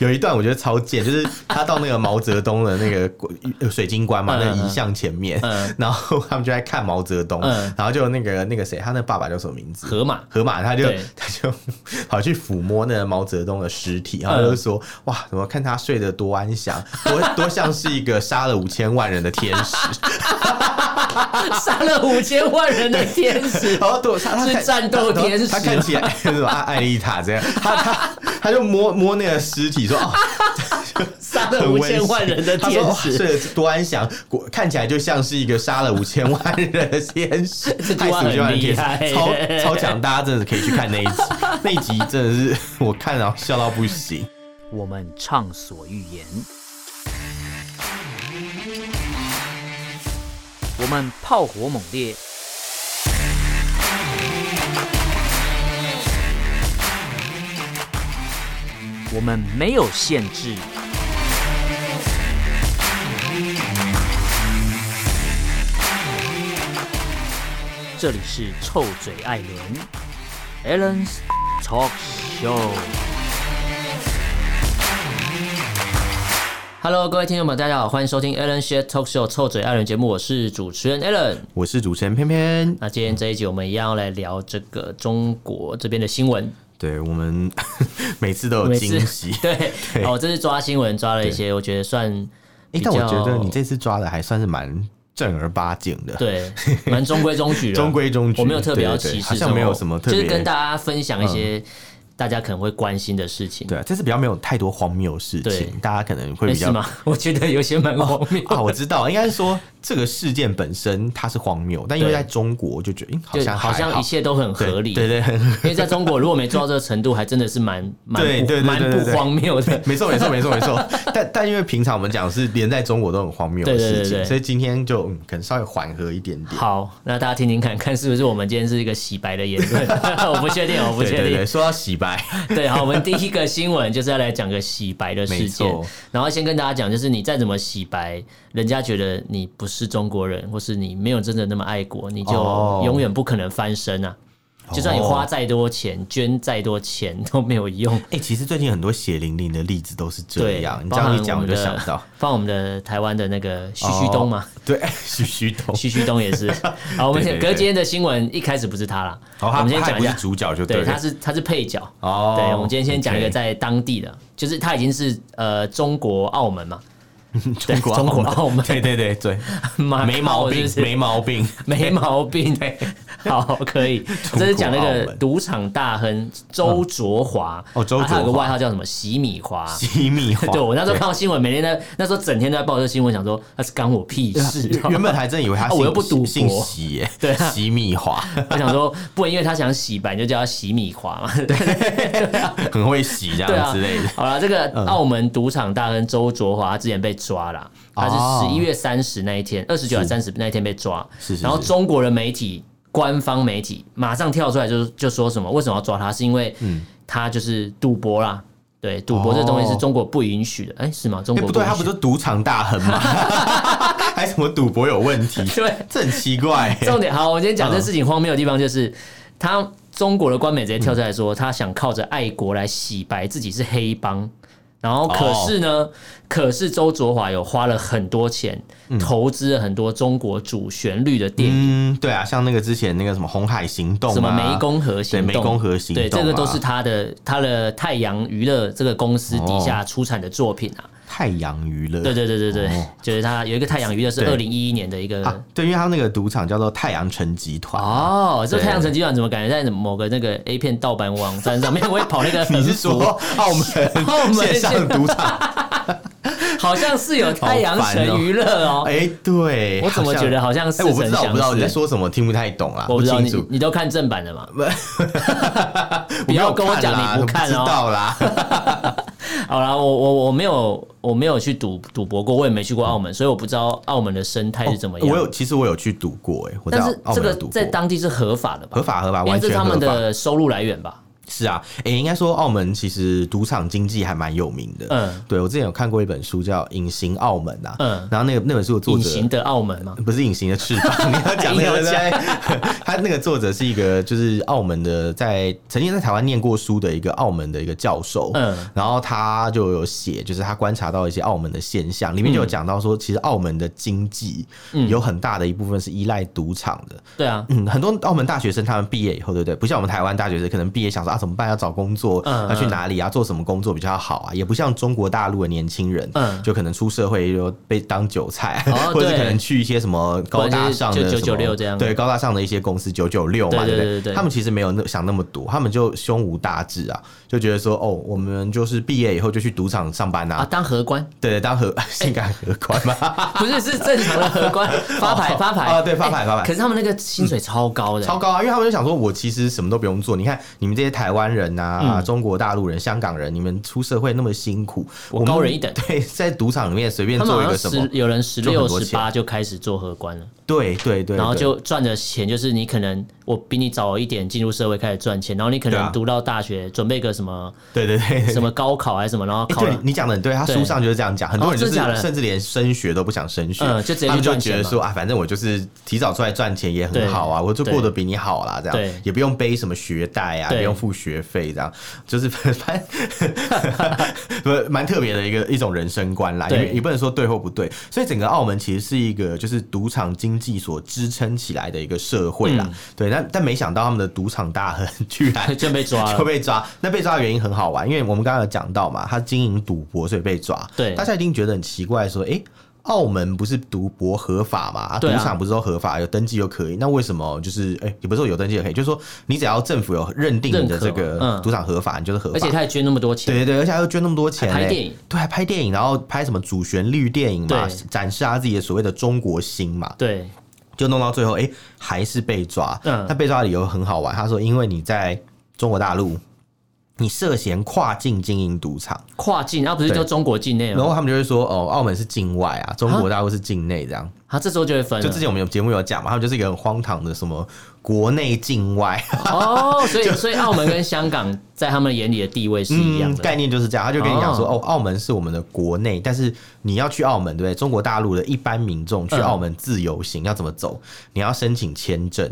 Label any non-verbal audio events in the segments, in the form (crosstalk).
有一段我觉得超 (laughs) 贱，就是他到那个毛泽东的那个 (laughs) 呃水晶棺嘛，嗯那嗯遗像前面，嗯然后他们就在看毛泽东，嗯然后就那个那个谁，他那爸爸叫什么名字？河马河马，他就对他就 (laughs) 跑去抚摸那个毛泽东的尸体，嗯然后就说：“哇，怎么看他睡得多安详， (laughs) 多多像是一个杀了五千万人的天 (laughs) 使。杀了五千万人的天”使，然后多他他是看战斗他天使他看起来 (laughs) 什么艾艾丽塔这样，他他他就摸摸那个尸体说：“哦，杀 (laughs) 了很五危险千万人的他说天哇使，睡得多安详，果看起来就像是一个杀了五千万人的天使， (laughs) 这句害话死五千万人很厉天害使，超超强！大家真的可以去看那一集，那一集真的是我看然后笑到不行。我们畅所欲言，我们炮火猛烈，我们没有限制。这里是臭嘴艾伦 a l l e n s Talk Show。Hello，各位听众们，大家好，欢迎收听 Alan s h a t Talk Show 臭嘴爱人节目，我是主持人 Alan。我是主持人偏偏，那今天这一集我们一样要来聊这个中国这边的新闻，对我们 (laughs) 每次都有每次。惊喜 (laughs) 对，哦我、这次抓新闻抓了一些，我觉得算哎比，较，但我觉得你这次抓的还算是蛮正儿八经的，，对蛮中规中矩 (laughs) 的，中规中矩。我没有特别要对对对歧视好什么，像没有什么特就别。嗯是跟大家分享一些大家可能会关心的事情，对，啊这次比较没有太多荒谬的事对情，大家可能会诶，比是较吗？ (laughs) 我觉得有些蛮荒谬的啊，我知道，应该是说这个事件本身它是荒谬，但因为在中国我就觉得，嗯，好就像好还像一切都很合理，对对 (laughs) 对，很 (laughs) 因为在中国，如果没做到这个程度，还真的是蛮蛮对不对对蛮对对不对荒谬的。 (laughs) 没错没错没错没错。但但因为平常我们讲的是连在中国都很荒谬的对对对事对情，所以今天就嗯可能稍微缓和一点点。好，那大家听听看看，是不是我们今天是一个洗白的言 (laughs) 论？我不确定，我不对确定。对对，说到洗白，对，好，我们第一个新闻就是要来讲个洗白的事件没错，然后先跟大家讲，就是你再怎么洗白，人家觉得你不是中国人，或是你没有真的那么爱国，你就哦永远不可能翻身啊！就算你花再多钱，捐再多钱都没有用。哎、其实最近很多血淋淋的例子都是这对样，，你这包含样我一讲我们就的想到，放我们的台湾的那个徐旭东嘛，对， (laughs) 徐徐东，徐旭东也 (laughs) 是。好，我对们对先隔对今天的新闻一开始不是他啦，好，我他们先他讲也一不下是，主角就对，了他是他是配角。哦，对，我们今天先讲一个 OK 在当地的，就是他已经是呃中国澳门嘛，中国对中国澳澳门门，对对对 (laughs) 对，马 (laughs) 没毛靠病是不是没毛病，没毛病。 (laughs) 好，(laughs) 可以。国这是讲那澳个门赌场大亨周卓华，哦周啊他有个卓华外号叫什么？洗米华。机密化。对，我那时候看到新闻，每天在那时候整天都在报这个新闻，想说那是干我屁事。 (laughs) 原原本还真以为他啊我又不赌博信息耶，对啊洗米华我想说，不能因为他想洗白，你就叫他洗米华嘛。对很会洗这对样啊之类的。嗯 (laughs) 好了，这个澳门赌场大亨周卓华他之前被抓了，他哦是十一月三十那一天，二十九还三十那一天被抓。是是然后是中国的媒体、官方媒体马上跳出来就就说什么为什么要抓他？是因为嗯他就是赌博啦。对，赌博这东西是中国不允许的，哎、是吗？中哎，哦国不对，允他许不是赌场大亨吗？ (laughs) 还什么赌博有问题？ (laughs) 对，这很奇怪耶。 (laughs) 重点好，我今天讲这事情荒谬的地方就是，他中国的官媒直接跳出来说，他想靠着爱国来洗白自己是黑帮。然后，可是呢，哦可是周卓华有花了很多钱，投资了很多中国主旋律的电影，嗯，对啊，像那个之前那个什么红海行动啊，什么湄公河行动、对湄公河行动对，这个啊都是他的他的太阳娱乐这个公司底哦下出产的作品啊。太阳娱乐，对对对对对，就是他有一个太阳娱乐是哦二对零一一年的一个啊，对，因为他那个赌场叫做太阳城集团。哦，这对太阳城集团怎么感觉在某个那个 A 片盗版网站上面会 (laughs) 跑那个横你幅？是说澳门 (laughs) 澳门线上赌场？好像是有太阳城娱乐哦？哎，对， (laughs) 我怎么好像觉得好像似哎，我不知曾道，我不知道相你在识？说什么，听不太懂啦，我不知道清你楚。你都看正版的嘛？我不没要有跟我看讲啦你不我看知哦道啦。好啦，我我我没有我没有去赌赌博过，我也没去过澳门，所以我不知道澳门的生态是怎么样。哦我有，其实我有去赌过、欸，哎，我在但澳是澳这门个有赌过在当地是合法的吧？合法合法，因为完这全是他们合法。的收入来源吧？是啊，诶、应该说澳门其实赌场经济还蛮有名的。嗯对我之前有看过一本书叫《隐形澳门》啊，嗯然后那个那本书的作隐者形的澳门嘛，不是隐形的翅膀，你要讲那个硬要对不对他那个作者是一个就是澳门的，在曾经在台湾念过书的一个澳门的一个教授，嗯然后他就有写，就是他观察到一些澳门的现象，里面就有讲到说，其实澳门的经济有很大的一部分是依赖赌场的，对啊，嗯，很多澳门大学生他们毕业以后，对不对？不像我们台湾大学生，可能毕业想说啊怎么办，要找工作，要、嗯去哪里啊，做什么工作比较好啊？也不像中国大陆的年轻人，嗯就可能出社会就被当韭菜，哦 (laughs) 或者是对可能去一些什么高大上的或者是什么996这样对，高大上的一些公司九九六嘛，对对不对对对他们其实没有那想那么多，他们就胸无大志啊，就觉得说哦，我们就是毕业以后就去赌场上班啊，啊，哎当荷官对对，当 (laughs) 荷性感荷官嘛，不是是正常的荷官发牌发牌哦对发牌哎发牌可是他们那个薪水超高的，超高啊！因为他们就想说，我其实什么都不用做。你看，你们这些台湾人呐、嗯中国大陆人、香港人，你们出社会那么辛苦，我们高人一等对，在赌场里面随便他们做一好个像什十么，有人十就很六多十钱八就开始做荷官了，对对对，然后对就赚的钱就是你可能我比你早一点进入社会开始赚钱，然后你可对啊能读到大学准备个什么对对对对什么高考还是什么，然后欸考对了，你讲的很对，他对哦书上就是这样讲，很多人就是真的假的甚至连升学都不想升学，嗯就直接去他们就赚钱觉得嘛说啊，反正我就是提早出来赚钱也很好啊，对我就过得比你好啦，这对样也不用背什么学贷啊，对不用付学费，这样就是 (laughs) 反正不蛮特别的一个一种人生观啦，对也也不能说对或不对，所以整个澳门其实是一个就是赌场经济所支撑起来的一个社会啦，对，但但没想到他们的赌场大亨 (laughs) 居然嗯就被抓就了。被抓。那被抓的原因很好玩，因为我们刚刚有讲到嘛，他经营赌博，所以被抓。对大家一定觉得很奇怪，说，诶，澳门不是赌博合法嘛？啊赌对啊场不是都合法，有登记就可以。那为什么就是，诶，也不是说有登记就可以，就是说你只要政府有认定你的认可这个嗯赌场合法，你就是合法。而且他还捐那么多钱，对对对，而且还要捐那么多钱、欸，还拍电影，对，还拍电影，然后拍什么主旋律电影嘛对，展示他自己的所谓的中国心嘛。对就弄到最后，哎、还是被抓。嗯那被抓的理由很好玩，他说因为你在中国大陆。你涉嫌跨境经营赌场，跨境，啊那、不是就对中国境内然后吗？他们就会说，哦，澳门是境外啊，中国大陆是境内，这样。他这时候就会分就了之前我们有节目有讲嘛，他们就是一个很荒唐的什么国内境外，哦， (laughs) 所以所以澳门跟香港在他们眼里的地位是一样嗯，的，概念就是这样。他就跟你讲说，哦哦，澳门是我们的国内，但是你要去澳门，对不对？中国大陆的一般民众去嗯澳门自由行要怎么走？你要申请签证，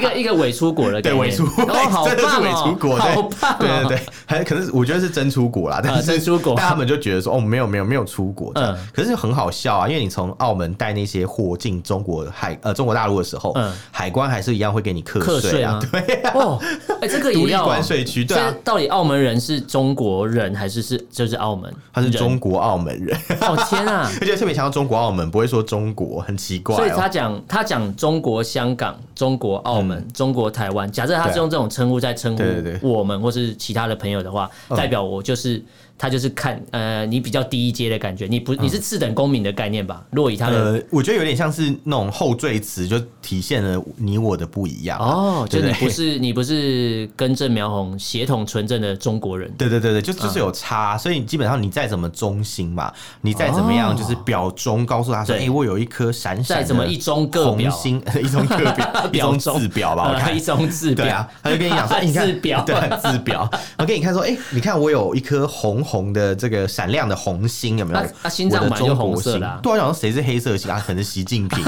(laughs) 个一个伪出国的概对，念，伪出 (laughs) 国，哦，好真的是棒伪出哦，国，好对棒、哦，呃对对对，还可能是我觉得是真出国啦，但是、真出国但他们就觉得说哦，没有没有没有出国，嗯嗯，可是很好笑啊，因为你从澳门带那些货进中国海呃中国大陆的时候，嗯海关还是一样会给你课课税啊吗，对啊，哦，哎、这个独也立要、啊、关税区对啊所以到底澳门人是中国人还是是就是澳门？他是人中国澳门人， (laughs) 哦天啊！而且特别强调中国澳门，不会说中国，很奇怪、哦，所以他讲他讲中国香港、中国澳门、中国台湾。假设他对啊是用这种称呼在称嗯呼对对对嗯我们或是其他的朋友的话，代表我就是他就是看呃你比较低一阶的感觉，你不你是次等公民的概念吧？若以他的嗯呃，我觉得有点像是那种后缀词，就体现了你我的不一样啊哦，就对你对不是你不是根正苗红、血统纯正的中国人。对对对对，就嗯就是有差，所以基本上你再怎么忠心嘛，你再怎么样哦就是表忠，告诉他说，哎、对我有一颗闪闪再的怎么一中各啊红表，心， (laughs) 一中各表，一 (laughs) 表中忠字表吧，我呃看 (laughs) 一。中自对表啊，他就跟你 (laughs) 讲说，哎你看字表对字表，我给你看说，哎，你看我有一颗红红的这个闪亮的红心，有没有啊？啊心脏我的本来就中国红色心的啊对啊，然后谁是黑色心啊？可能是习近 (laughs) 平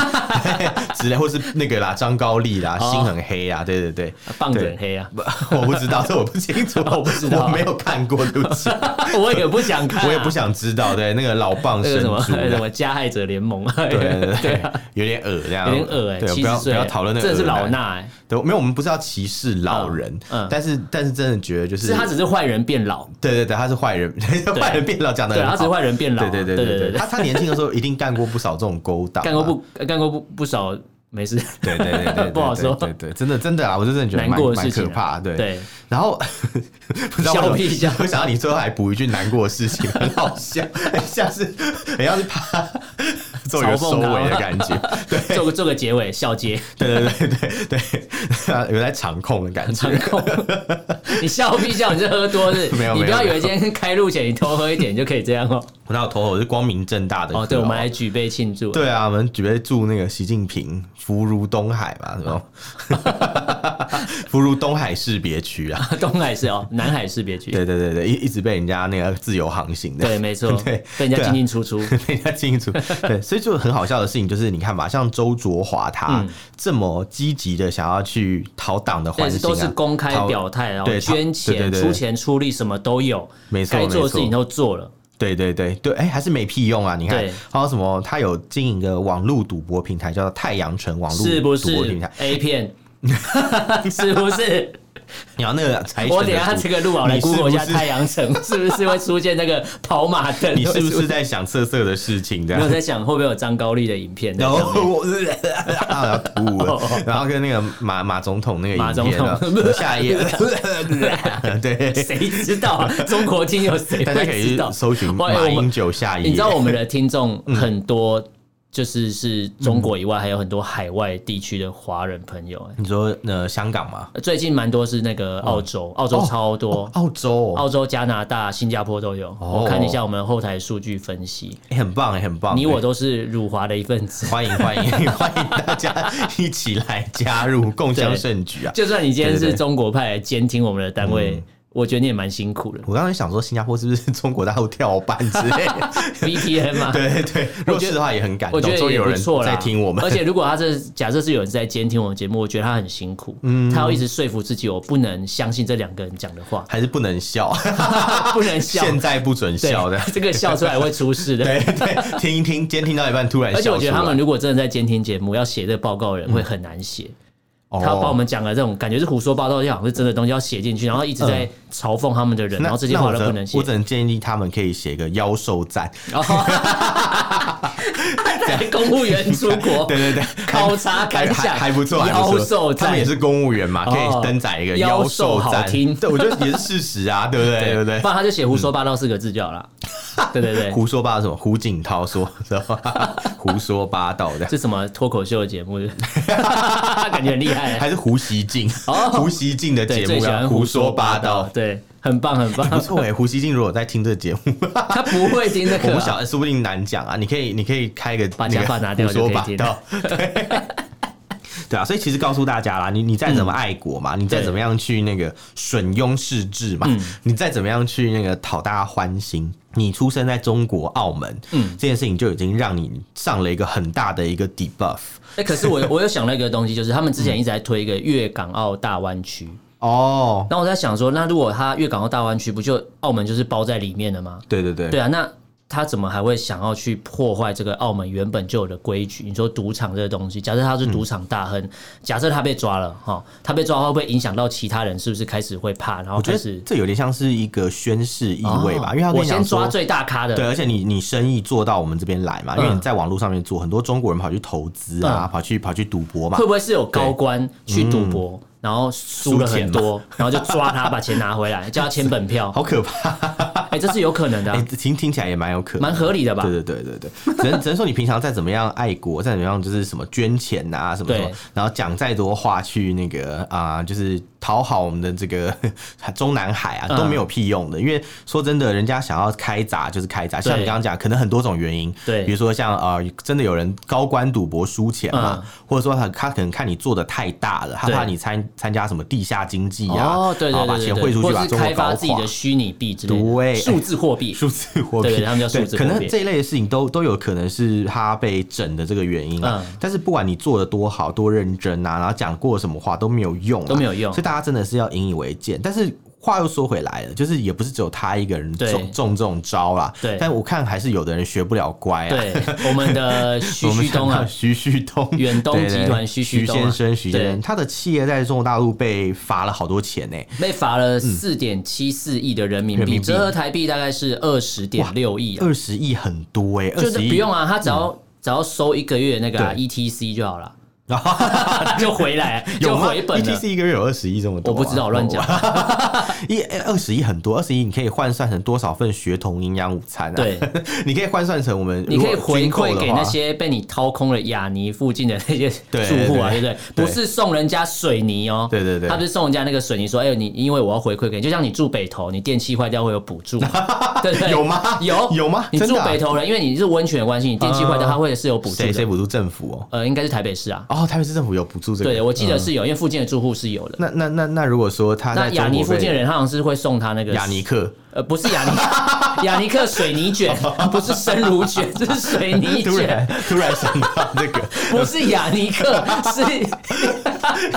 之类，或是那个啦，张高丽啦，哦心很黑啊，对对对，棒子对很黑啊， (laughs) 不我不知道，这我不清楚，哦我不知道我没有看过，对不起。我也不想看 (laughs) 啊、我也不想知道，对那个老棒 (laughs) 那神个什么猪 (laughs) 什的，么加害者联盟啊，对对 (laughs) 对对啊，，有点恶这样，有点恶哎、对，啊七不十要不岁要讨论那个，真的是老，衲哎、对，没有，我们不是要歧视老人嗯嗯，但是但是真的觉得就是是他只是坏人变老，对对对，他是坏人， (laughs) 坏人变老讲的，对，他只是坏人变老啊、对对对对对对对，他他年轻的时候一定干过不少这种勾当啊， (laughs) 干过不干过不不少没事，对？对对对对，对 (laughs) 不好说对对，对真的真的啊，我是真的觉得难蛮过的蛮事情可啊怕，对。对，然后 (laughs) 不知道为什么笑屁笑我想到你最后还补一句难过的事情， (laughs) 很好笑，哎很像是很像是 (laughs) 怕做一个嘲讽收他尾的吗感觉，对。做个做个结尾笑结，对对对对对，有 (laughs) 在场控的感觉场。 (laughs) 控，你笑必笑，你是喝多是？没有你不 (laughs) 没有要以没有为今天开录前你偷喝一点你就可以这样哦、那我头头是光明正大的哦，对，歌啊我们还举杯庆祝。对啊，我们准备祝那个习近平福如东海啊嘛，是吧？ (laughs) 福如东海市别区啊， (laughs) 东海市哦，南海市别区。对对对对，一一直被人家那个自由航行的，对，没错，对被人家对啊进进 (laughs) 出出。被人家清 (laughs) 楚。对，所以就很好笑的事情就是，你看吧，像周卓华他嗯这么积极的想要去讨党的但环是境、啊，都是公开讨表态，然后对讨捐对钱、对对出钱、出力，什么都有，没错该做的没事错情都做了。对对对对，哎、还是没屁用啊！你看对，还有什么？他有经营一个网络赌博平台，叫做太阳城网络是不赌博是平台。 A (laughs) 片？是不是？然后那个财神的我等一下赌这个录好来你是不 Google 一下是太 (laughs) 阳城，是不是会出现那个跑马灯？你是不是在想色色的事情？这 (laughs) 没样有，在想会不会有张高丽的影片在然 (laughs) 上后面？我啊哦然后吐了， (laughs) 然后跟那个马马总统那个马影总片统啊，下 (laughs) 一页， (laughs) 对，谁知道啊？中国听友谁大家会可知以道？搜寻哇哎马我英们九下一页。你知道我们的听众很多，就是是中国以外，还有很多海外地区的华人朋友、欸你说呃香港吗？最近蛮多是那个澳洲，澳洲超多，澳洲哦，澳洲、加拿大、新加坡都有。哦我看了一下我们后台数据分析，哎很棒，哎很棒。你我都都是辱华的一份子。欢迎 (laughs) 欢迎欢迎大家一起来加入共襄盛举啊！就算你今天对对嗯是对。中国派来监听我们的单位，我觉得你也蛮辛苦的 (laughs) 我刚才想说，新加坡是不是中国大陆跳板之类 (laughs) 的？ VPN 嘛，对对，如果是的话也很感我动，觉终得于也有不人错啦。在听我们 (laughs) 而。且如果他这假设是有人在监听我们节目，我觉得他很辛苦，嗯他要一直说服自己，我不能相信这两个人讲的 (laughs)，话还是不能笑，不能笑。现在不准对笑 (laughs) 的。这个笑出来会出事的。对对，听一听，今天听到一半突然 (laughs) 而且笑我出觉来。嗯得他们如果真的在监听节目，要写这个报告的人会很难写。哦他把我们讲的这种感觉是胡说八道，就好像是真的东西要写进去，然后一直在嘲讽他们的人，嗯那然后这些那话我都只不能写我。只能建议他们可以写个妖兽赞，然后 (laughs) 公务员出国， (laughs) 对对 (laughs) 对，考察还感还想，还不错，还不错妖兽他们也战哦是公务员嘛，可以登载一个妖兽兽好赞，听对我觉得也是事实 (laughs) 啊，对不对？对不对哎嗯不？然他就写“胡说八道”四个字就好了。对 (laughs) 对对，胡说八道什么？胡锦涛说，知道 (laughs) 吗？胡说八道的，是什么脱口秀 (laughs) 的节目？感觉很厉害。还是胡锡进？哦胡锡进的对，节最目喜要欢胡说说八道，道，对，很棒很不 (laughs) 棒。错哎。胡锡进如果在听这个节目，他不会听那我个不啊，晓得，说不定难讲啊。你可以，你可以开个把假发拿掉那个胡就说可以听八道。 (laughs) 对对啊，所以其实告诉大家啦，你你再怎么爱国嘛，嗯你再怎么样去那个损庸世志嘛，你再怎么样去那个讨大家欢心，你出生在中国澳门，嗯，这件事情就已经让你上了一个很大的一个 debuff 哎，可是我我有想到一个东西，就是他们之前一直在推一个粤港澳大湾区，哦。然后我在想说，那如果他粤港澳大湾区不就澳门就是包在里面了吗？对对对，对啊，那他怎么还会想要去破坏这个澳门原本就有的规矩？你说赌场这个东西，假设他是赌场大亨，假设他被抓了哈，他被抓的话会不会影响到其他人？是不是开始会怕？然后我觉开得始这有点像是一个宣誓意味吧，哦因为他跟我你讲先抓说。最大咖对，的，而且你你生意做到我们这边来嘛，因为嗯你在网络上面做，很多中国人跑去投资啊，跑去跑去赌博嘛会，不会是有高官去赌博？嗯然后输了很多，然后就抓他，把钱拿回来，叫他签本 (laughs) 票。好可怕！哎，这是有可能的哎、啊，听听起来也蛮有可能，蛮合理的吧？对对对对对， (laughs) 只能只能说你平常再怎么样爱国，再怎么样就是什么捐钱啊什么什么对，然后讲再多话去那个啊、就是讨好我们的这个 (laughs) 中南海啊嗯都没有屁用的，因为说真的，人家想要开闸就是开闸，像对你刚刚讲，可能很多种原因，对比如说像呃真的有人高官赌博输钱嘛，嗯或者说他他可能看你做的太大了，他对怕你参参加什么地下经济啊，哦，对然对后把对钱对汇对，出或去者把是中国开发搞自己垮的。虚拟币之类的对数字 (laughs) 货币。数字货币，对他们叫数字货币可能这一类的事情都都有可能是他被整的这个原因啊。嗯但是不管你做的多好、多认真啊，然后讲过什么话都没有用啊、都没有用所以大家真的是要引以为戒。但是。话又说回来了，就是也不是只有他一个人对中中这种招啦。对但我看还是有的人学不了乖啊。对，我们的 (laughs) 徐我们旭东想啊到，徐旭东，远东对集团徐旭徐东啊先生，徐先对生，他的企业在中国大陆被罚了好多钱呢、被罚了四点七四亿的人民嗯人币，民币折合台币大概是二十点六亿啊，二十亿很多哎、欸，就是20亿不用啊，他只要只要收一个月那个啊对 (laughs) ETC 就好了。就回来有就吗 E 回本了。 ？ETC 一个月有二十亿这么多我啊、不知道，我乱讲。一二十一很多，二十一你可以换算成多少份学童营养午餐啊？对， (laughs) 你可以换算成我们你可以回如果馈军购的给话那些被你掏空了雅尼附近的那些对住户啊，对对不对？对不是送人家水泥哦，对对对他不是送人家那个水泥说，哎呦，你因为我要回馈给你，就像你住北投，你电器坏掉会有补助，啊 (laughs) 对不对？有吗有有吗你真住的啊北投人，因为你是温泉的关系，你电器坏掉啊它会是有补助谁谁的，补助政府哦？呃，应该是台北市啊，哦，台北市政府有补助这个。对，我记得嗯是有，因为附近的住户是有的。那那那那如果说他那在雅中尼国附近的被人，他好像是会送他那个雅尼克呃，不是雅 (laughs) 尼，雅尼克水泥卷，不是生乳卷， (laughs) 这是水泥突卷然。 (laughs) 突然想到这个， (laughs) 不是雅 (laughs) 尼克，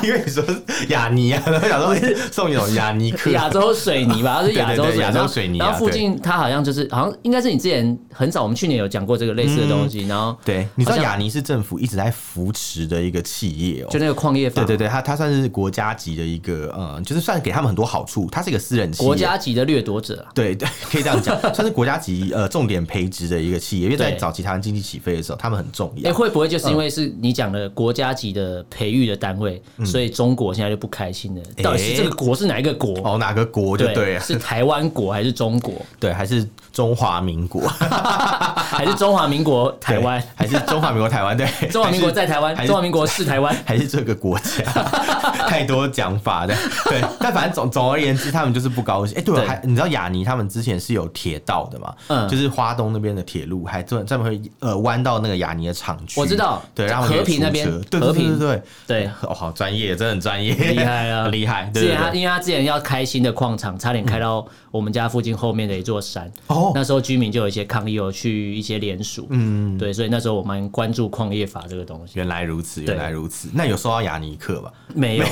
因为你说雅尼啊，然后想说哎送你一种雅尼克是亚洲水泥吧？它是亚洲水对对对泥亚洲水泥啊然后附近它好像就是，好像应该是你之前很早，我们去年有讲过这个类似的东西。然后嗯对，你知道好像雅尼是政府一直在扶持的一个企业哦、就那个矿业法，对对对，它它算是国家级的一个，呃，就是算给他们很多好处。它是一个私人企业，国家级的掠夺者啊，对对，可以这样讲，算是国家级呃重点培植的一个企业，因为在对早期台湾经济起飞的时候，他们很重哎，要。会不会嗯就是因为是你讲的国家级的培育的单位，嗯所以中国现在就不开心了？到底是这个国是哪一个国？哦，哪个国就对了，是台湾国还是中国，对，还是中华民国，还是中华民国台湾？对还是中华民国台湾，对，中华民国还是在台湾，还是中华民国是台湾。还是这个国家， (laughs) 太多讲法的。对，但反正总总而言之，他们就是不高兴。哎、对了，对还你知道雅尼他们之前是有铁道的嘛？嗯就是花东那边的铁路，还专专门会呃弯到那个雅尼的厂区。我知道对，然后可以和平出那边车对和对对平对对对，哦，好专业，真的很专业，厉害啊 (laughs) 厉害，之对前对他对。因为他之前要开新的矿场，差点开到我们家附近后面的一座山。哦那时候居民就有一些抗议，有去一些联署。嗯，对，所以那时候我蛮关注矿业法这个东西。原来如此，原来如此。那有收到雅尼克吧？ (laughs) 没有，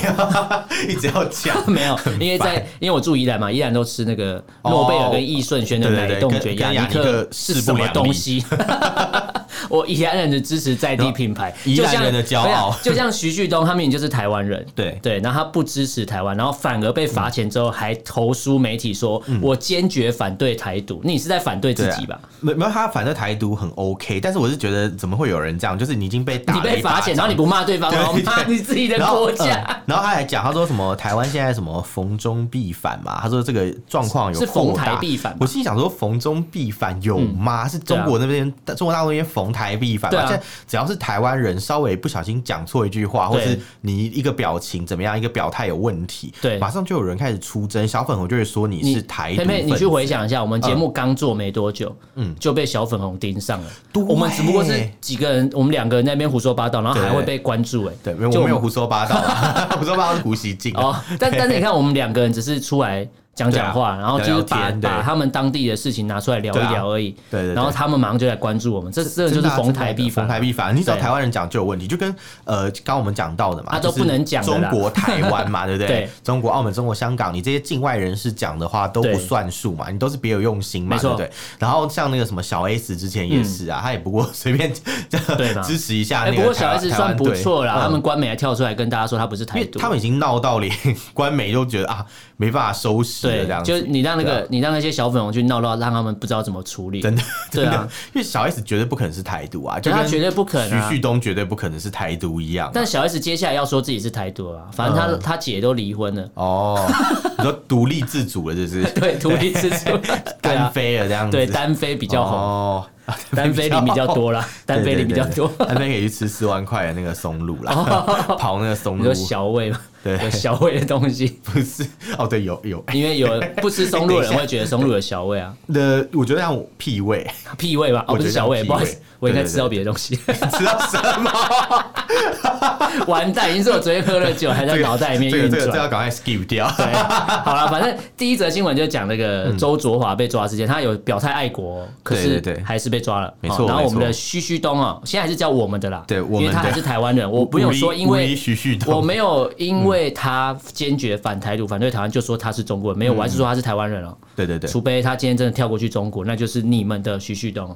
一直要讲， (laughs) 没有，因为在因为我住宜兰嘛，宜兰都吃那个诺贝尔跟易顺轩的哦哦对对奶对冻跟卷，跟雅尼克克是势什不么两立东西？ (laughs) 我宜兰人的支持在地品牌， (laughs) 宜就兰像人的骄傲就像徐旭东他们也就是台湾人，对对，然后他不支持台湾，然后反而被罚嗯钱之后还投书媒体说，我坚决反对台独，你是在反对自对啊己吧？没没有，他反正台独很 OK，但是我是觉得怎么会有人这样？就是你已经被打你了被一巴罚钱，然掌后你不骂对方，对然后骂对你自己的然后国家。嗯然后他还讲，他说什么台湾现在什么逢中必反嘛，他说这个状况有是逢扩大台必反吧嗯啊我心里想说逢中必反有吗？是中国那边、中国大陆那边逢台必反对啊嘛？现在只要是台湾人稍微不小心讲错一句话，或对是你一个表情怎么样，一个表态有问题，对马上就有人开始出征，小粉红就会说你是台独佩分佩，子。嗯你去回想一下，我们节目刚做没多久，嗯，就被小粉红盯上了。对我们只不过是几个人，我们两个人在那边胡说八道，然后还会被关注、哎，对，没就有我没有胡说八道啊， (laughs) 胡说八道是胡锡进啊 (laughs) 哦，但但是你看，我们两个人只是出来讲讲话，对啊然后就是把聊聊天对把他们当地的事情拿出来聊一聊而已。对啊对对对然后他们马上就来关注我们，这这个就是真的啊逢台必真的啊逢反。台必反。你只要对台湾人讲就有问题，就跟呃，刚刚我们讲到的嘛，啊都就是不能讲的中啦国台湾 (laughs) 嘛，对不对对？中国澳门、中国香港，你这些境外人士讲的话都对不算数嘛，你都是别有用心嘛，没对错嗯不对？然后像那个什么小 S 之前也是啊，他也不过随便 (laughs) 对嘛支持一下那个哎、台湾。不过小 S 台算湾不队错啦，嗯他们官媒还跳出来跟大家说他不是因台为独。他们已经闹到连官媒都觉得啊没办法收拾了对这样，就子。你让那个、对啊你让那些小粉红去闹到，让他们不知道怎么处理。真的， (laughs) 对真啊的，因为小 S 绝对不可能是台独啊，就他跟绝对不可能啊徐旭东绝对不可能是台独一样啊。但小 S 接下来要说自己是台独了啊，反正嗯她她、姐都离婚了， (laughs) 哦，你说独立自主了，就是对，独立自主，对 (laughs) 单啊，飞了这样子，对单飞比较红，哦，单飞里比较多啦，单飞里比较对。对多对对单飞可以去吃四万块的那个松露啦，跑那个松你露说，小味吗？对有小味的东西，不是哦，对，有有因为有不吃松露的人会觉得松露有小味啊，的，我觉得让我屁 (laughs) 味，屁味吧？我哦，不觉得是小味，像屁不好意思味，我应该对对吃到别的东西。知道什么？完蛋，已经是我昨天喝了酒，还在这个脑袋里面这个运这个这个要转。赶快 skip 掉。对，好了，反正第一则新闻就讲那个周卓华被抓之前，他有表态爱国，可是对对对还是被抓了。没错哦然后我没们错的旭旭东啊，现在还是叫我们的啦，对我们因为他的还是台湾人，我 (laughs) 不用说，因无为理徐旭东，我没有因为他坚决反台独、反对台湾，就说他是中国人，没有，我还是说他是台湾人哦。对对对，除非他今天真的跳过去中国，那就是你们的徐旭东，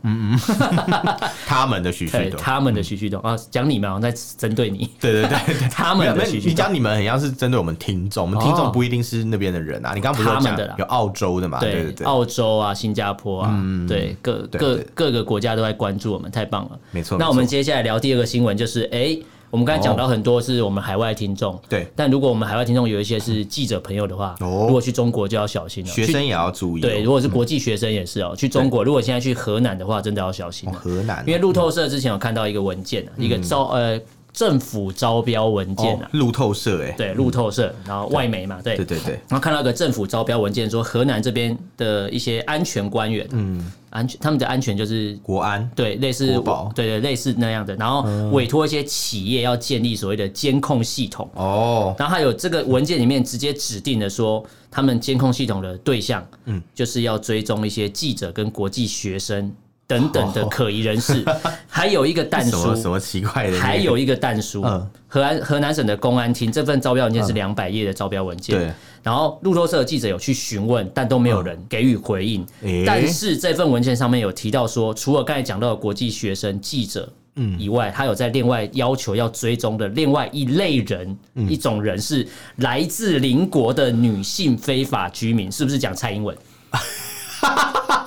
他们的嗯徐对旭东，他们的徐旭东啊，讲你们好像在针 (laughs) 对你，对对对对。 (laughs) 他没有们没的有徐你旭东，讲你们很像是针对我们听众，我们听哦众不一定是那边的人啊。你刚刚不是他有们的啦讲有澳洲的嘛？对对对，对，嗯澳洲啊、新加坡啊，对各对各对各个国家都在关注我们，太棒了。没错那我没错们接下来聊第二个新闻，就是哎。我们刚才讲到很多是我们海外听众，哦对，但如果我们海外听众有一些是记者朋友的话，哦如果去中国就要小心了。学去生也要注意、哦。对，如果是国际学生也是哦、去中国，如果现在去河南的话，真的要小心哦了、河南、因为路透社之前有看到一个文件啊，一个招呃政府招标文件哦啊，路透社哎、对，路透社，然后外媒嘛，对对对对，然后看到一个政府招标文件，说河南这边的一些安全官员，嗯，安全他们的安全就是国安对类似国嗯保对对类似那样的，然后委托一些企业要建立所谓的监控系统，哦，然后还有这个文件里面直接指定的说，他们监控系统的对象，嗯，就是要追踪一些记者跟国际学生等等的可疑 (laughs) 人士，还有一个蛋哦什么叔什。么奇怪的那个，还有一个蛋叔嗯，河南河南省的公安厅这份招标文件是两百页的招标文件，对然后路透社的记者有去询问，但都没有人给予回应。诶但是这份文件上面有提到说，除了刚才讲到的国际学生、记者。嗯，以外，他有在另外要求要追踪的另外一类人，一种人是来自邻国的女性非法居民，是不是讲蔡英文？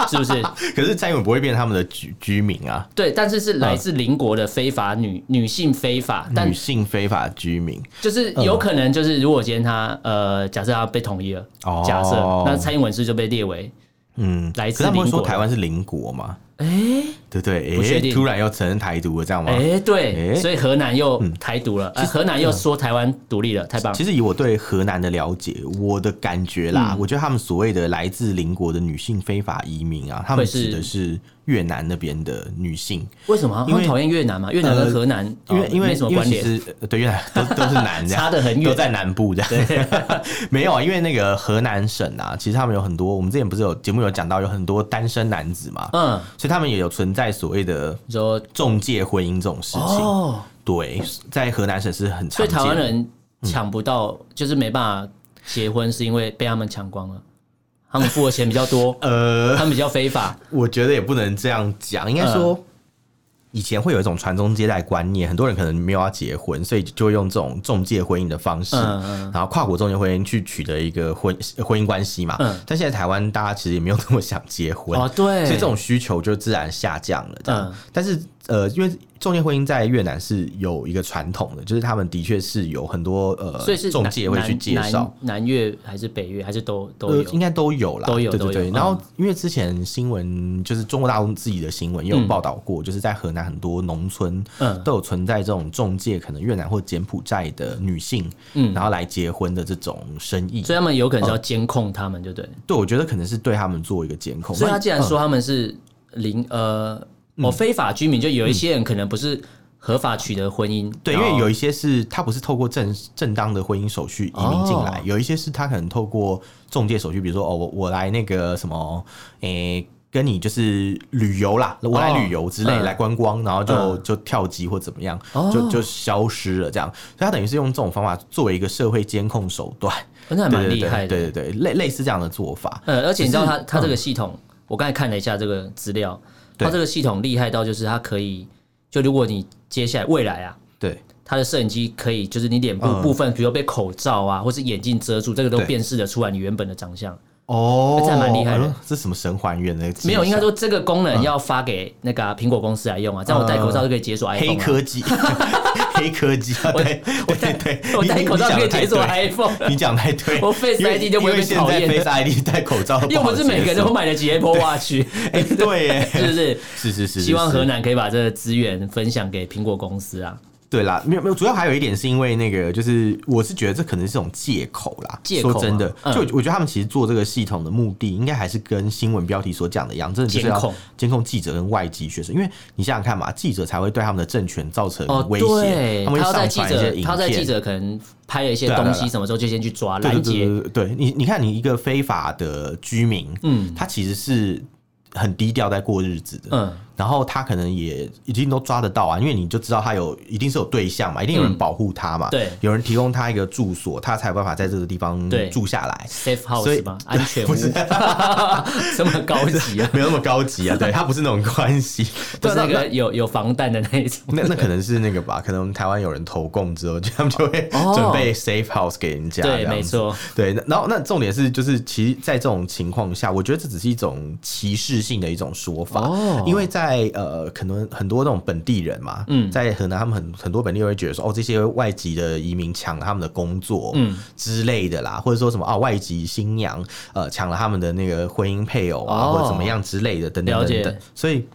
是不是？可是蔡英文不会变他们的居居民啊，对，但是是来自邻国的非法女女性非法，但女性非法居民就是有可能，就是如果今天他呃，假设他被同意了，哦假设那蔡英文是不是就被列为嗯，来可是自他们邻会国说的。台湾是邻国嘛？哎、对对，不哎、确定突然又承认台独了，这样吗？哎、对，哎所以河南又台独了，呃河南又说台湾独立了，太棒了其。实以我对河南的了解，我的感觉啦，嗯我觉得他们所谓的来自邻国的女性非法移民啊，他们会是指的是越南那边的女性，为什么？因因为呃为讨厌越南嘛，越南和河南、因为哦因为没什么因为关其联，实呃对越 (laughs) 南都都是南这样，差得很远都在南部这样。 (laughs) 没有啊，因为那个河南省啊，其实他们有很多，我们之前不是有节目有讲到有很多单身男子嘛，嗯，所以他们也有存在所谓的你说中介婚姻这种事情。哦，对，在河南省是很所常以见的。，台湾人抢不到，就是没办法结婚，是因为被他们抢光了，他们付的钱比较多 (laughs) 呃，他们比较非法， (laughs) 我觉得也不能这样讲，应该说。嗯以前会有一种传宗接代观念，很多人可能没有要结婚，所以就会用这种中介婚姻的方式，嗯然后跨国中介婚姻去取得一个婚婚姻关系嘛。嗯但现在台湾大家其实也没有那么想结婚，哦对所以这种需求就自然下降了。这样，嗯但是呃，因为中介婚姻在越南是有一个传统的，就是他们的确是有很多呃，所以是中南介会去介南绍。南南越还是北越还是都都呃有，应该都有啦，都有嗯对对都对。有然后，因为之前新闻就是中国大陆自己的新闻也有报道过，就是在河南很多农村，嗯都有存在这种中介，可能越南或柬埔寨的女性，嗯，然后来结婚的这种生意。所以他们有可能是要嗯监控他们，就对了。对，我觉得可能是对他们嗯做一个监控。所以他那既然说他们是零、呃，哦非法居民，就有一些人可能不是合法取得婚姻，嗯哦对，因然后为有一些是他不是透过正正当的婚姻手续移民进来，哦有一些是他可能透过中介手续，比如说哦，我我来那个什么，诶、跟你就是旅游啦，我来旅游之类，嗯来观光，然后就、嗯就跳级或怎么样，哦就就消失了这样。所以他等于是用这种方法作为一个社会监控手段，哦那还蛮厉害的。对对对，对对类类似这样的做法。呃，而且你知道只他是嗯他这个系统，我刚才看了一下这个资料，对他这个系统厉害到就是它可以，就如果你接下来未来啊。对，它的摄影机可以，就是你脸部嗯部分，比如被口罩啊，或是眼镜遮住，这个都对辨识得出来你原本的长相。哦，这还蛮厉害的哎呦这是什么神还原的技巧？啊没有，应该说这个功嗯能要发给那个啊苹果公司来用啊，这样我戴口罩就可以解锁 iPhone 黑啊。科技， (laughs) 黑科技，啊我对我戴对对， (laughs) 我你戴口罩你可以讲得解锁太对 iPhone。你讲太对， (laughs) 我 Face 因为 ID 就不会因为被现讨在厌 Face ID 戴口 (laughs) 罩，又不是每个人都都买得起 Apple Watch， (laughs) 哎，对耶， (laughs) 是不是？是是是，希望是河南可以把这个资源分享给苹果公司啊。对啦，没有没有，主要还有一点是因为那个，就是我是觉得这可能是一种借口啦。借口吗说真的，嗯就我觉得他们其实做这个系统的目的，应该还是跟新闻标题所讲的一样，真的就是监要控监控记者跟外籍学生，因为你想想看嘛，记者才会对他们的政权造成哦，威胁，对，们会要在上记传一些者，影他在记片。者可能拍了一些对啊东对啊西，什么时候就先去抓对拦对对截。对对对，你你看，你一个非法的居民，嗯，他其实是很低调在过日子的，嗯，然后他可能也一定都抓得到啊，因为你就知道他有一定是有对象嘛，一定有人保护他嘛，对有人提供他一个住所，他才有办法在这个地方对住下来。 Safe 所以 House 吗？安全屋， (laughs) 这么高 (laughs) 级啊？没有那么高级啊，对他不是那种关系，不对是那那个有有防弹的那一种。那那可能是那个吧，可能台湾有人投共之后，就他们就会哦准备 safe house 给人家。对，这样没子错。对，那然后那重点是，就是其实，在这种情况下，我觉得这只是一种歧视性的一种说法，哦因为在在呃，可能很多那种本地人嘛，嗯在河南他们很很多本地人会觉得说，哦，这些外籍的移民抢了他们的工作，嗯之类的啦，或者说什么啊，外籍新娘呃抢了他们的那个婚姻配偶啊，哦或者怎么样之类的，等等了等解等，所以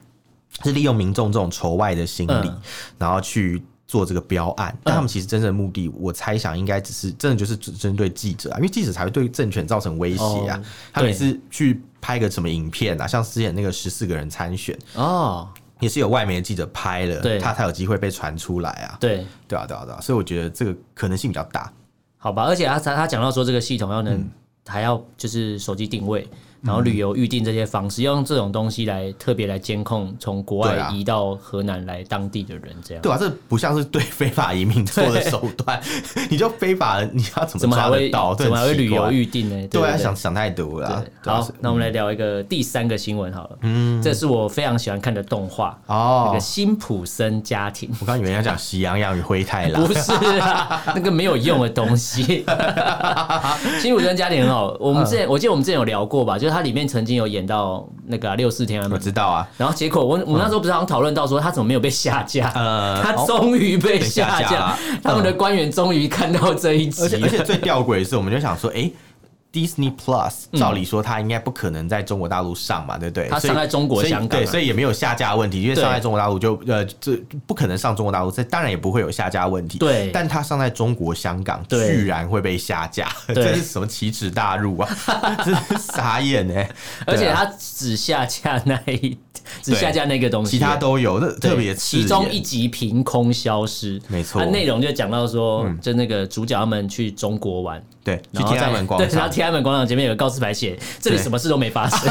是利用民众这种仇外的心理，嗯然后去。做这个标案，但他们其实真正的目的，我猜想应该只是真的就是只针对记者啊，因为记者才会对政权造成威胁啊。哦他每对次去拍个什么影片啊，像之前那个十四个人参选，哦，也是有外媒的记者拍了，对他才有机会被传出来啊。对，对啊，对啊，对啊，所以我觉得这个可能性比较大。好吧，而且他他他讲到说这个系统要嗯能、还要就是手机定位，然后旅游预定这些方式，要用这种东西来特别来监控从国对外啊移到河南来当地的人这样。对啊，这不像是对非法移民做的手段， (laughs) 你就非法，你要怎怎么抓还得会到？这怎么还会很奇旅游怪预定呢？对对啊，不对想想太多了啊对。对啊好是，那我们来聊一个第三个新闻好了。嗯，这是我非常喜欢看的动画，那哦个，辛普森家庭。我刚以为你要讲《喜羊羊与灰太狼》不是啊， (laughs) 那个没有用的东西。辛普森家庭很好，我嗯们之前、我记得我们之前有聊过吧，就是它里面曾经有演到那个啊、六四天安我门，知道啊。然后结果我我们那时候不是好像讨论到说他怎么没有被下架，呃他终于被下被下架架了，他们的官员终于看到这一而集且而了。且最吊诡的是，我们就想说，哎，Disney Plus 照理说它应该不可能在中国大陆上嘛，对不对？嗯它所以上在中国所以香港啊对，所以也没有下架问题，因为对上在中国大陆就呃，这不可能上中国大陆，这当然也不会有下架问题。对但它上在中国香港，对居然会被下架，(laughs) 对这是什么奇耻大辱啊！ (laughs) 真是傻眼哎！而对且啊他只下架那一，只下架那个东西，其他都有，那对特别刺其眼中一集凭空消失，没错嗯它内容就讲到说，就那个主角他们去中国玩，对，去然后天在安门广对，然场后。天安门广场前面有个告示牌写“这里什么事都没发 (laughs) 生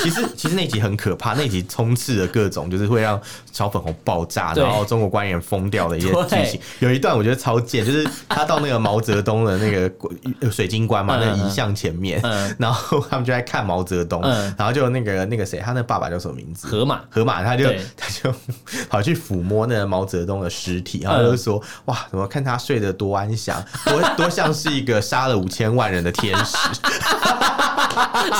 其实 (laughs) 其实那集很可怕，那集充斥了各种就是会让小粉红爆炸，对然后中国官员疯掉的一些剧对情。有一段我觉得超贱，就是他到那个毛泽东的那个呃水晶棺嘛，嗯那嗯遗像前面嗯，然后他们就在看毛泽东嗯，然后就那个那个谁，他那爸爸叫什么名”，字？河马。河马他就对他就 (laughs) 跑去抚摸那个毛泽东的尸体，然后嗯就说：“哇，怎么看他睡得多安详，多多像是一个杀了五千万人的天使。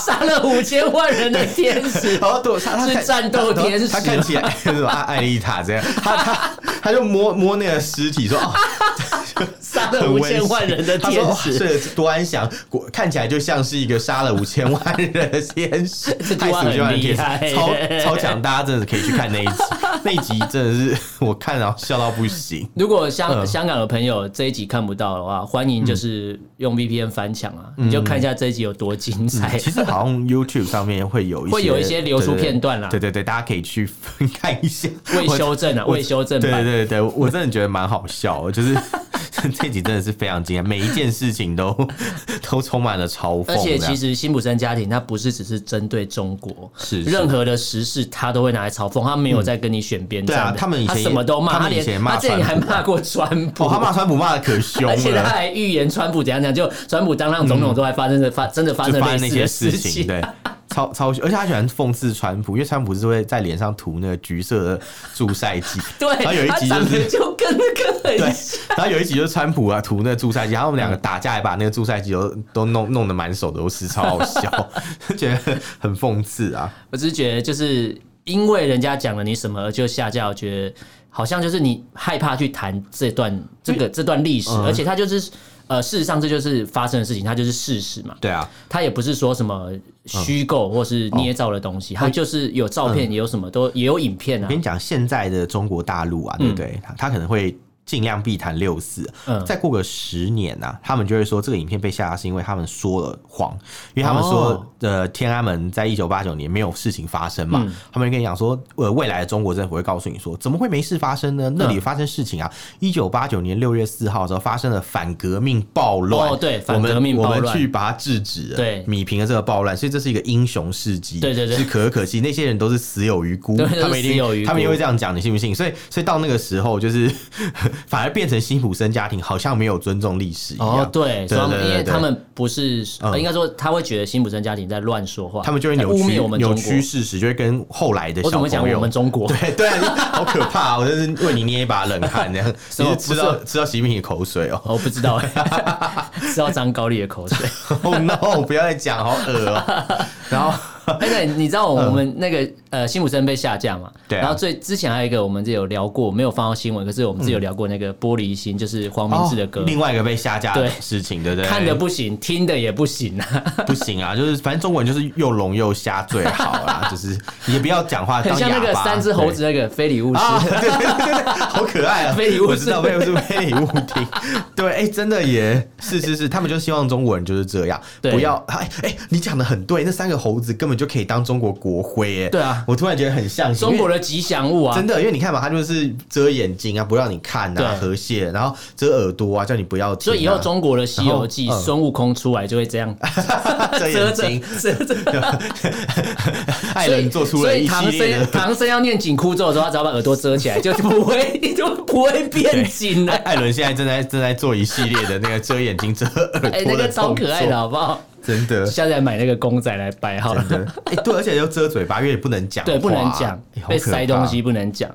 杀了五千万人的天” (laughs) 使然，后多他他是看战斗天使啊他看起来什 (laughs) 么艾艾丽塔这样，他他他就摸摸那个尸体说：“哦， (laughs) 杀了很五温馨千万人的他说哦天哇使。睡得多安详，果看起来就像是一个杀了五千万人的天使， (laughs) 这句害话死五千万人很厉的天使，超害超强！大家真的可以去看那一集，那一集真的是我看了笑到不 (laughs) 行。如果香、嗯香港的朋友这一集看不到的话，欢迎就是用 VPN 翻墙啊，你就看一下这一集有多精彩。嗯其实好像 YouTube 上面会有一些会有一些流出片段啦对对对，对大家可以去 (laughs) 看一下。未修正啊，我未修正对对版。对对，我真的觉得蛮好笑的，就是 (laughs) 这集真的是非常惊艳，每一件事情都 (laughs) 都充满了嘲讽这而样。且其实辛普森家庭它不是只是针对中国，是是任何的时事它都会拿来嘲讽，它没有在跟你选边站的、对啊他们以前它什么都他骂，们它以前连骂它之前还川普骂过川普，哦，他骂川普骂的可凶啊 (laughs) 而且他了，还预言川普怎样讲，就 (laughs) 川普当上总统之后还发生的发真的发就生发生那类似些的事情， (laughs) 情，对。超超，而且他喜欢讽刺川普，因为川普是会在脸上涂那个橘色的助晒剂，然后有 (laughs) 对，一他集就 (laughs) 长是得就跟那个对很像，然后有一集就是川普啊涂那个助赛剂，然后他们两个打架，也把那个助赛剂都都弄弄得满手都是，超好笑， (laughs) 就觉得很讽刺啊。我只是觉得就是因为人家讲了你什么而就下架，我觉得好像就是你害怕去谈这段这嗯个这段历史，而且它就是呃，事实上这就是发生的事情，它就是事实嘛。对啊，它也不是说什么虚构或是哦捏造的东西，它就是有照嗯片，也有什么都也有影片我啊跟。你讲，现在的中国大陆啊，对不对？他他可能会。尽量避谈六四，啊嗯再过个十年呐、啊，他们就会说这个影片被下架是因为他们说了谎，因为他们说、哦呃天安门在一九八九年没有事情发生嘛，嗯他们就跟你讲说呃未来的中国政府会告诉你说怎么会没事发生呢？嗯那里发生事情啊，一九八九年六月四号的时候发生了反革命暴乱，哦对我们反革命暴乱我们去把它制止了，对米平了这个暴乱，所以这是一个英雄事迹，对对对是可有可惜，那些人都是死有余辜， (laughs) 对都是他们一死有余定辜他们因为这样讲，你信不信？所以所以到那个时候，就是 (laughs) 反而变成辛普森家庭好像没有尊重历史一样，哦，对，所以他对们对因为对嗯他们不是，呃应该说他会觉得辛普森家庭在乱说话，他们就会扭在污曲蔑我们扭中国。曲事实，就会跟后来的我怎小么讲朋我友们。中 (laughs) 国？对对啊，你好可怕、我真是为你捏一把冷汗， (laughs) 这样你么是不吃是到吃到习近平的口水哦、 (laughs) (laughs) 我不知道，吃到张高丽的口水。 (laughs) Oh no！不要再讲，好恶哦、然后而且哎你知道我们那个呃辛普森被下架嘛？嗯对啊然后最之前还有一个我们这有聊过，没有放到新闻，可是我们自己有聊过那个玻璃心，就是黄明志的歌嗯哦，另外一个被下架的对事情，对不对？看的不行，听的也不行啊， (laughs) 不行啊，就是反正中文就是又聋又瞎最好啦， (laughs) 就是也不要讲话，很当 (laughs) 像那哑个巴三只猴子那个非礼勿视。啊，对对对，好可爱啊！ (laughs) 非礼勿视我知道，非礼勿视，非礼勿听。 (laughs) 对，哎、真的也是是是，他们就希望中国人就是这样，对不要哎哎、你讲的很对，那三个猴子根本就可以当中国国徽哎。对啊我突然觉得很像中因国为的吉祥物啊真，的，因为你看嘛，他就是遮眼睛啊，不让你看啊，对和谐，然后遮耳朵啊，叫你不要听、啊。所以以后中国的《西游记然》后嗯孙悟空出来就会这样 (laughs) 遮 (laughs) 遮眼 (laughs) 着睛，遮着，爱所以人做出了一系所以唐列的僧唐僧要念紧箍咒的时候，他只要把耳朵遮 (laughs) 起来，就不会就不会变紧了。艾伦现在正在正在做一系列的那个遮眼睛、遮耳朵的哎、那个超动作可爱的，好不好？真的。下次来买那个公仔来摆好了。真的哎、对，而且又遮嘴巴，因为也不能讲话， (laughs) 对，不能讲哎，好被可塞怕东西不能讲。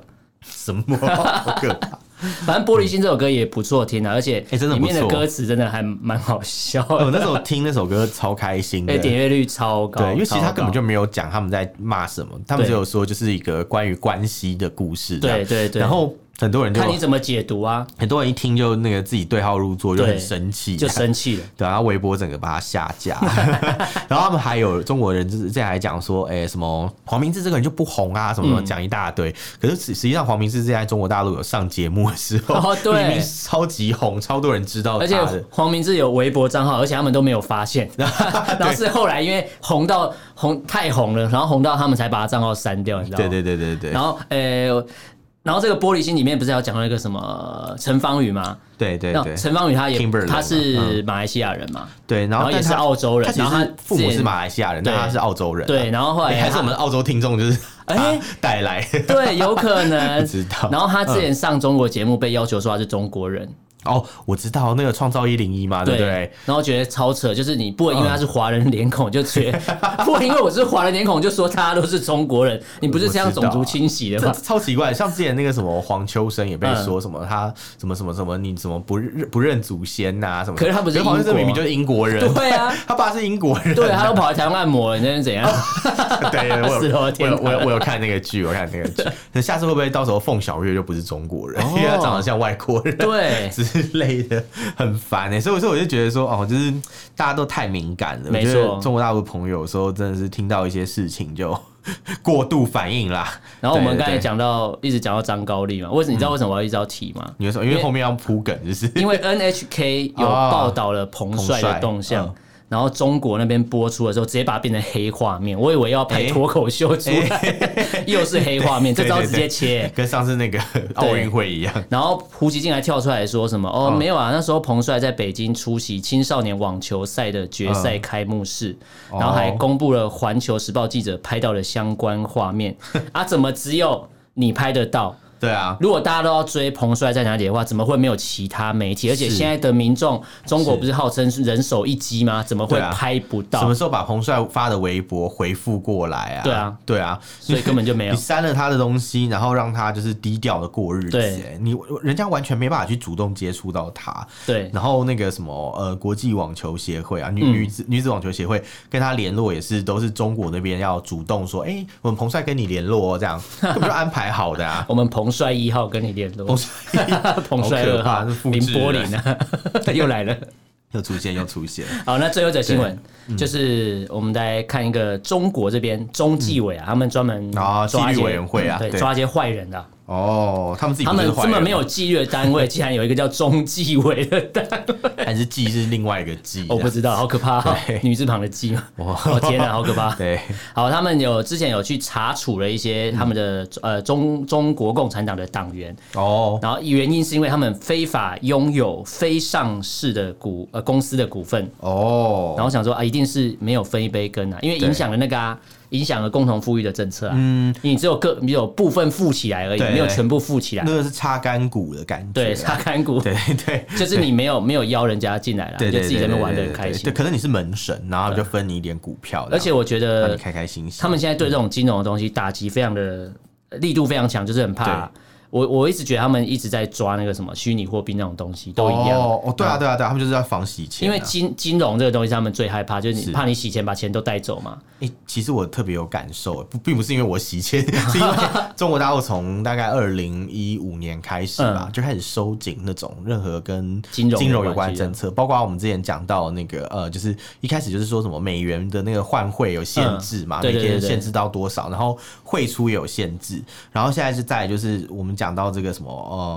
什么， (laughs) 好可怕。反正《玻璃心》这首歌也不错听啊，而且哎真的里面的不错哦歌词真的还蛮好笑的。哎我那时候听那首歌超开心的哎，，点阅率超高。对，因为其实他根本超就没有讲他们在骂什么，他们只有说就是一个关于关系的故事这样，对对对然后很多人高就看你怎么解读啊，很多人一听就那个自己对号入座，就对很生气，就生气了。对，然后微博整个把它下 (laughs) 架，然后他们还有中国人就是这还讲说，哎、什么黄明志这个人就不红啊，什么什嗯么讲一大堆。可是实实际上黄明志在中国大陆有上节目的时候， (laughs) 哦对明明超级红，超多人知道他而且哦的。黄明志有微博账号，而且他们都没有 (laughs) 发现，然后是后来因为红到红太红了，然后红到他们才把他账号删掉，你知道吗？对对对对对然后呃，然后这个玻璃心里面不是要讲到那个什么陈芳宇吗？对对那对陈芳宇他也 Kimberly 嗯他是马来西亚人嘛，对，然然后后也但是他澳洲人他，其然后实他父母之是前马来西亚人，但对他是澳洲人啊、对，然后后哎、来还是我他们澳洲听众就是把哎他带来， (laughs) 对有可能不知道然后他之嗯前上中国节目被要求说他是中国人，哦，我知道那个创造一零一嘛，对不对？然后觉得超扯，就是你不能因为他是华人脸孔就觉得，嗯 (laughs) 不能因为我是华人脸孔就说他都是中国人，你不是这样种族清洗的这吗？超奇怪，像之前那个什么黄秋生也被说什嗯么他什么什么什么，你怎么不认不认祖先呐、什么的？可是他不是黄秋生英国啊明明就是英国人， (laughs) 对啊，他爸是英国人，对，他都跑来台湾按摩了，你那是怎样？ (laughs) 对，我有是哦我天有哪我有我有看那个剧，我看那个 (laughs) 剧，那下次会不会到时候凤小岳就不是中国人，哦因为他长得像外国人？对， (laughs) 之类的很烦哎、所以所以我就觉得说，哦，就是大家都太敏感了。没我错觉得中国大陆朋友有时候真的是听到一些事情就 (laughs) 过度反应啦。然后我们刚才对，讲到一直讲到张高丽嘛，为什你知道为什么我要一直要提吗？对对你就说因为后面要铺梗，就是因为 NHK 有报道了彭帅的动向。啊彭帅嗯然后中国那边播出的时候，直接把它变成黑画面。我以为要拍脱口秀出来， (laughs) 又是黑画面，这哎对招对直接对切。跟上次那个奥运会一样。然后胡锡进还跳出来说什么？嗯哦，没有啊，那时候彭帅在北京出席青少年网球赛的决赛开幕式，哦然后还公布了《环球时报》记者拍到的相关画面。啊，怎么只有你拍得到？对啊，如果大家都要追彭帅在哪里的话，怎么会没有其他媒体？而且现在的民众，中国不是号称是人手一机吗？怎么会对啊拍不什到么？时候把彭帅发的微博回复过来啊？对啊，对啊，所以根本就没 (laughs) 有你。删了他的东西，然后让他就是低调的过日子、对欸，你人家完全没办法去主动接触到他。对，嗯然后那个什么呃，国际网球协会啊，女、女子女子网球协会跟他联络也是都是中国那边要主动说，哎、我们彭帅跟你联络、哦，这 (laughs) 样根本就安排好的啊。我们彭帅一号跟你联络彭，帅 (laughs) 彭帅好可二怕号是，复林制柏人 (laughs) 林啊， (laughs) 又来了。又出现又出现，好，那最后者新闻、嗯就是我们来看一个中国这边中纪委啊，他们专门嗯啊抓一纪些嗯律委员会啊对，对抓一些坏人的啊、哦，他们自己他不是们坏这么人没有纪律的 (laughs) 单位，竟然有一个叫中纪委的单位，啊还是纪是另外一个纪，我不知道，好可怕、哦，女字旁的纪 (laughs) 嘛，哦天哪，好可怕。对，嗯好，他们有之前有去查处了一些他们的、呃中中国共产党的党员， (laughs) 哦，然后原因是因为他们非法拥有非上市的股呃公司的股份，哦，然后想说啊，一定是没有分一杯羹啊，因为影响了那个啊，影响了共同富裕的政策啊。嗯，你只有个你有部分富起来而已，对没有全部富起来那。个是擦干股的感觉，啊对，擦干股对对。就是你没有没有邀人家进来了，对你就对，自己在对那边对玩的对很开对心啊对，。可能你是门神，然后他们就分你一点股票，而且我觉这样让得你开开心心。他们现在对这种金融的东西打击非常的力度非常强，就是很怕我我一直觉得他们一直在抓那个什么虚拟货币那种东西，都一样。嗯哦，哦对啊，对啊，对啊，他们就是要防洗钱啊。因为金金融这个东西，他们最害怕就是你是怕你洗钱把钱都带走嘛。欸，其实我特别有感受，不，并不是因为我洗钱， (laughs) 是 (laughs) 因为中国大陆从大概二零一五年开始吧，就开始收紧那种任何跟嗯金融有金融有关关系的的政策，包括我们之前讲到那个呃，就是一开始就是说什么美元的那个换汇有限制嘛，嗯对对每对天对限制到多少，然后汇出也有限制，然后现在是在就是我们讲到这个什么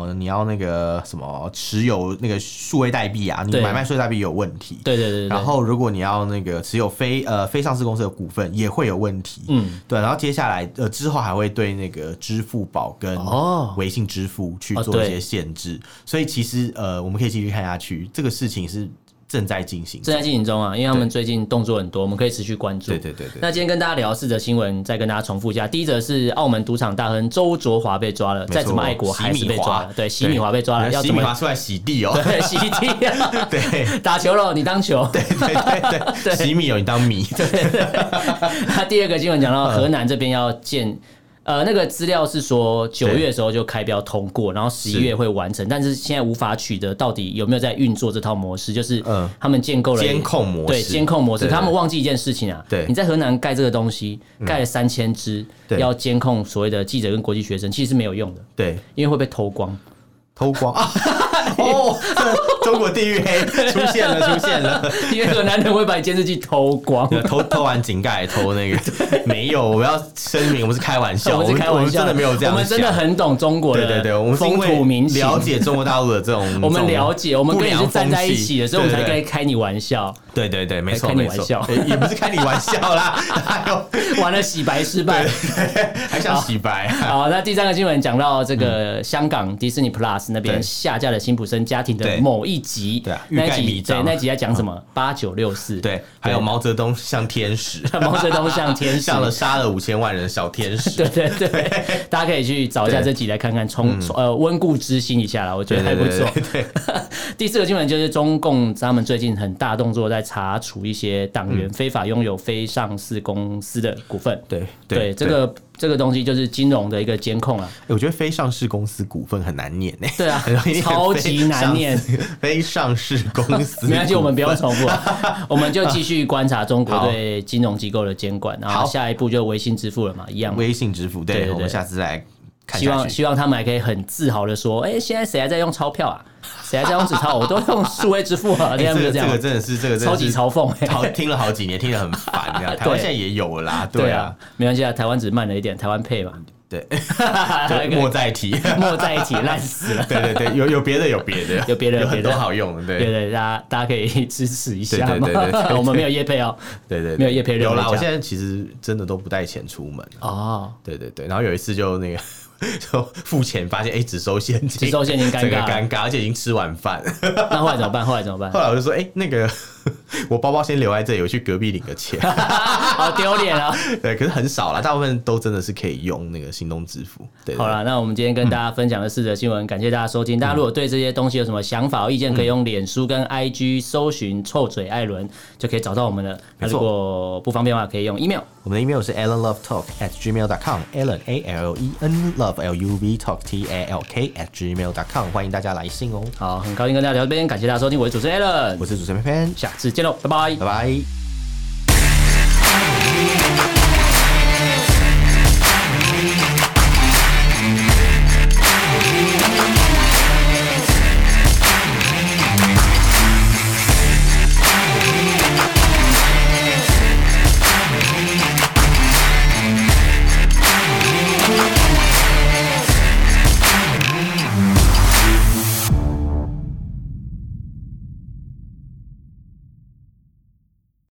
呃，你要那个什么持有那个数位代币啊，你对买卖数位代币有问题，对对对对然对，后，如果你要那个持有非呃非上市公司的股份，也会有问题。嗯，对。然后接下来呃之后还会对那个支付宝跟哦微信支付去哦做一对些限制。所以其实呃我们可以继续看下去，这个事情是正在进行。正在进行中啊，因为他们最近动作很多，我们可以持续关注。对对对对。那今天跟大家聊四则新闻，再跟大家重复一下。第一则是澳门赌场大亨周卓华被抓了，错再怎么爱国还是被抓了。对，洗米华被抓了，呃要洗怎米么华出来洗地哦。 (laughs) 对洗地啊？ (laughs) (laughs) 对打球了，你当球。对对对对，洗米有你当米。 (laughs) 那第二个新闻讲到嗯河南这边要建。呃，那个资料是说九月的时候就开标通过，然后十一月会完成，但是现在无法取得到底有没有在运作这套模式，就是嗯他们建构了监控模式对监控模式，对他们忘记一件事情啊，对嗯你在河南盖这个东西，盖了三千只，对嗯要监控所谓的记者跟国际学生，其实是没有用的，对，因为会被偷光。偷光 (laughs) 啊！哦，这中国地狱黑出现了，出现了。 (laughs) 因为河南人会把你监视器偷光。偷 (laughs) 偷完井盖，偷那个没有，我要声明，我们是开玩笑， (laughs) 我们是开玩笑，我们真的没有这样想，我们真的很懂中国对的对对，我们是风因土为民情，了解中国大陆的这种， (laughs) 我们这种了解，我们跟你是站在一起的，不良风气所以我们才对可以对开你玩笑。对对对，没错开你没玩错笑， (laughs) 也也不是开你玩笑 (laughs) 啦，还有完了，洗白失败。 (laughs) 还想洗白啊，好，那第三个新闻讲到这个香港迪士尼 Plus 那边嗯对下架了辛普森家庭的对某一集，对啊那欲一盖集弥对彰那一集在讲什么？八九六四，对，还有毛泽东像天使，毛泽东像 (laughs) 天使像了杀了五千万人的小天使， (laughs) 对对对，大家可以去找一下这集来看看，嗯从呃温故知新一下啦，我觉得还不错。 (laughs) 第四个新闻就是中共他们最近很大动作在查处一些党员非法拥有非上市公司的股份。嗯对对，这个这个东西就是金融的一个监控啊。欸我觉得非上市公司股份很难念呢、欸。对啊很容易念超级难念非上市。 (laughs) 非上市公司， (laughs) 没关系，我们不要重复啊， (laughs) 我们就继续观察中国好对金融机构的监管，然后好下一步就微信支付了嘛，一样嘛。微信支付，对，对对对我们下次来看希下望去。哎希望他们还可以很自豪的说，哎、现在谁还在用钞票啊？谁还在用纸 (laughs) 钞？我都用数位支付啊，欸这样这就个这这样，个真的是这个真的是超 (laughs) 级嘲讽、欸。好听了好几年，听得很烦， (laughs) 这样台湾现在也有了啦，对啊，，没关系啊，台湾只慢了一点，台湾配嘛， (laughs) 对，啊对啊莫再提， (laughs) 莫在一起，烂死了。对对对，有有别的有别的，有别的有有别的很多好用的，对对对，大家大家可以支持一下嘛对对对对对 (laughs) 我们没有业配哦。对对，没有业配任有何啦，家我现在其实真的都不带钱出门，啊哦，对对对，然后有一次就那个 (laughs) 就付钱发现哎只收现金，只收现金尴尬整个尴尬，而且已经吃晚饭，那后来怎么办？后来怎么办 (laughs) 后？来我就说，哎、那个 (laughs) 我包包先留在这里，我去隔壁领个钱。好丢脸啊！ (laughs) 对，可是很少啦，大部分都真的是可以用那个行动支付。对，嗯好了，那我们今天跟大家分享的四则新闻，感谢大家收听。大家如果对这些东西有什么想法、意见，可以用脸书跟 IG 搜寻“臭嘴艾伦”就可以找到我们了。那没如错果不方便的话，可以用 email。我们的 email 是 allenlovetalk at gmail dot com，allen a l e n love l u v talk t a l k at gmail dot com，欢迎大家来信哦。好，很高兴跟大家聊到这边，感谢大家收听，我是主持人 Allen，我是主持人潘潘，下次见喽，拜拜拜。拜。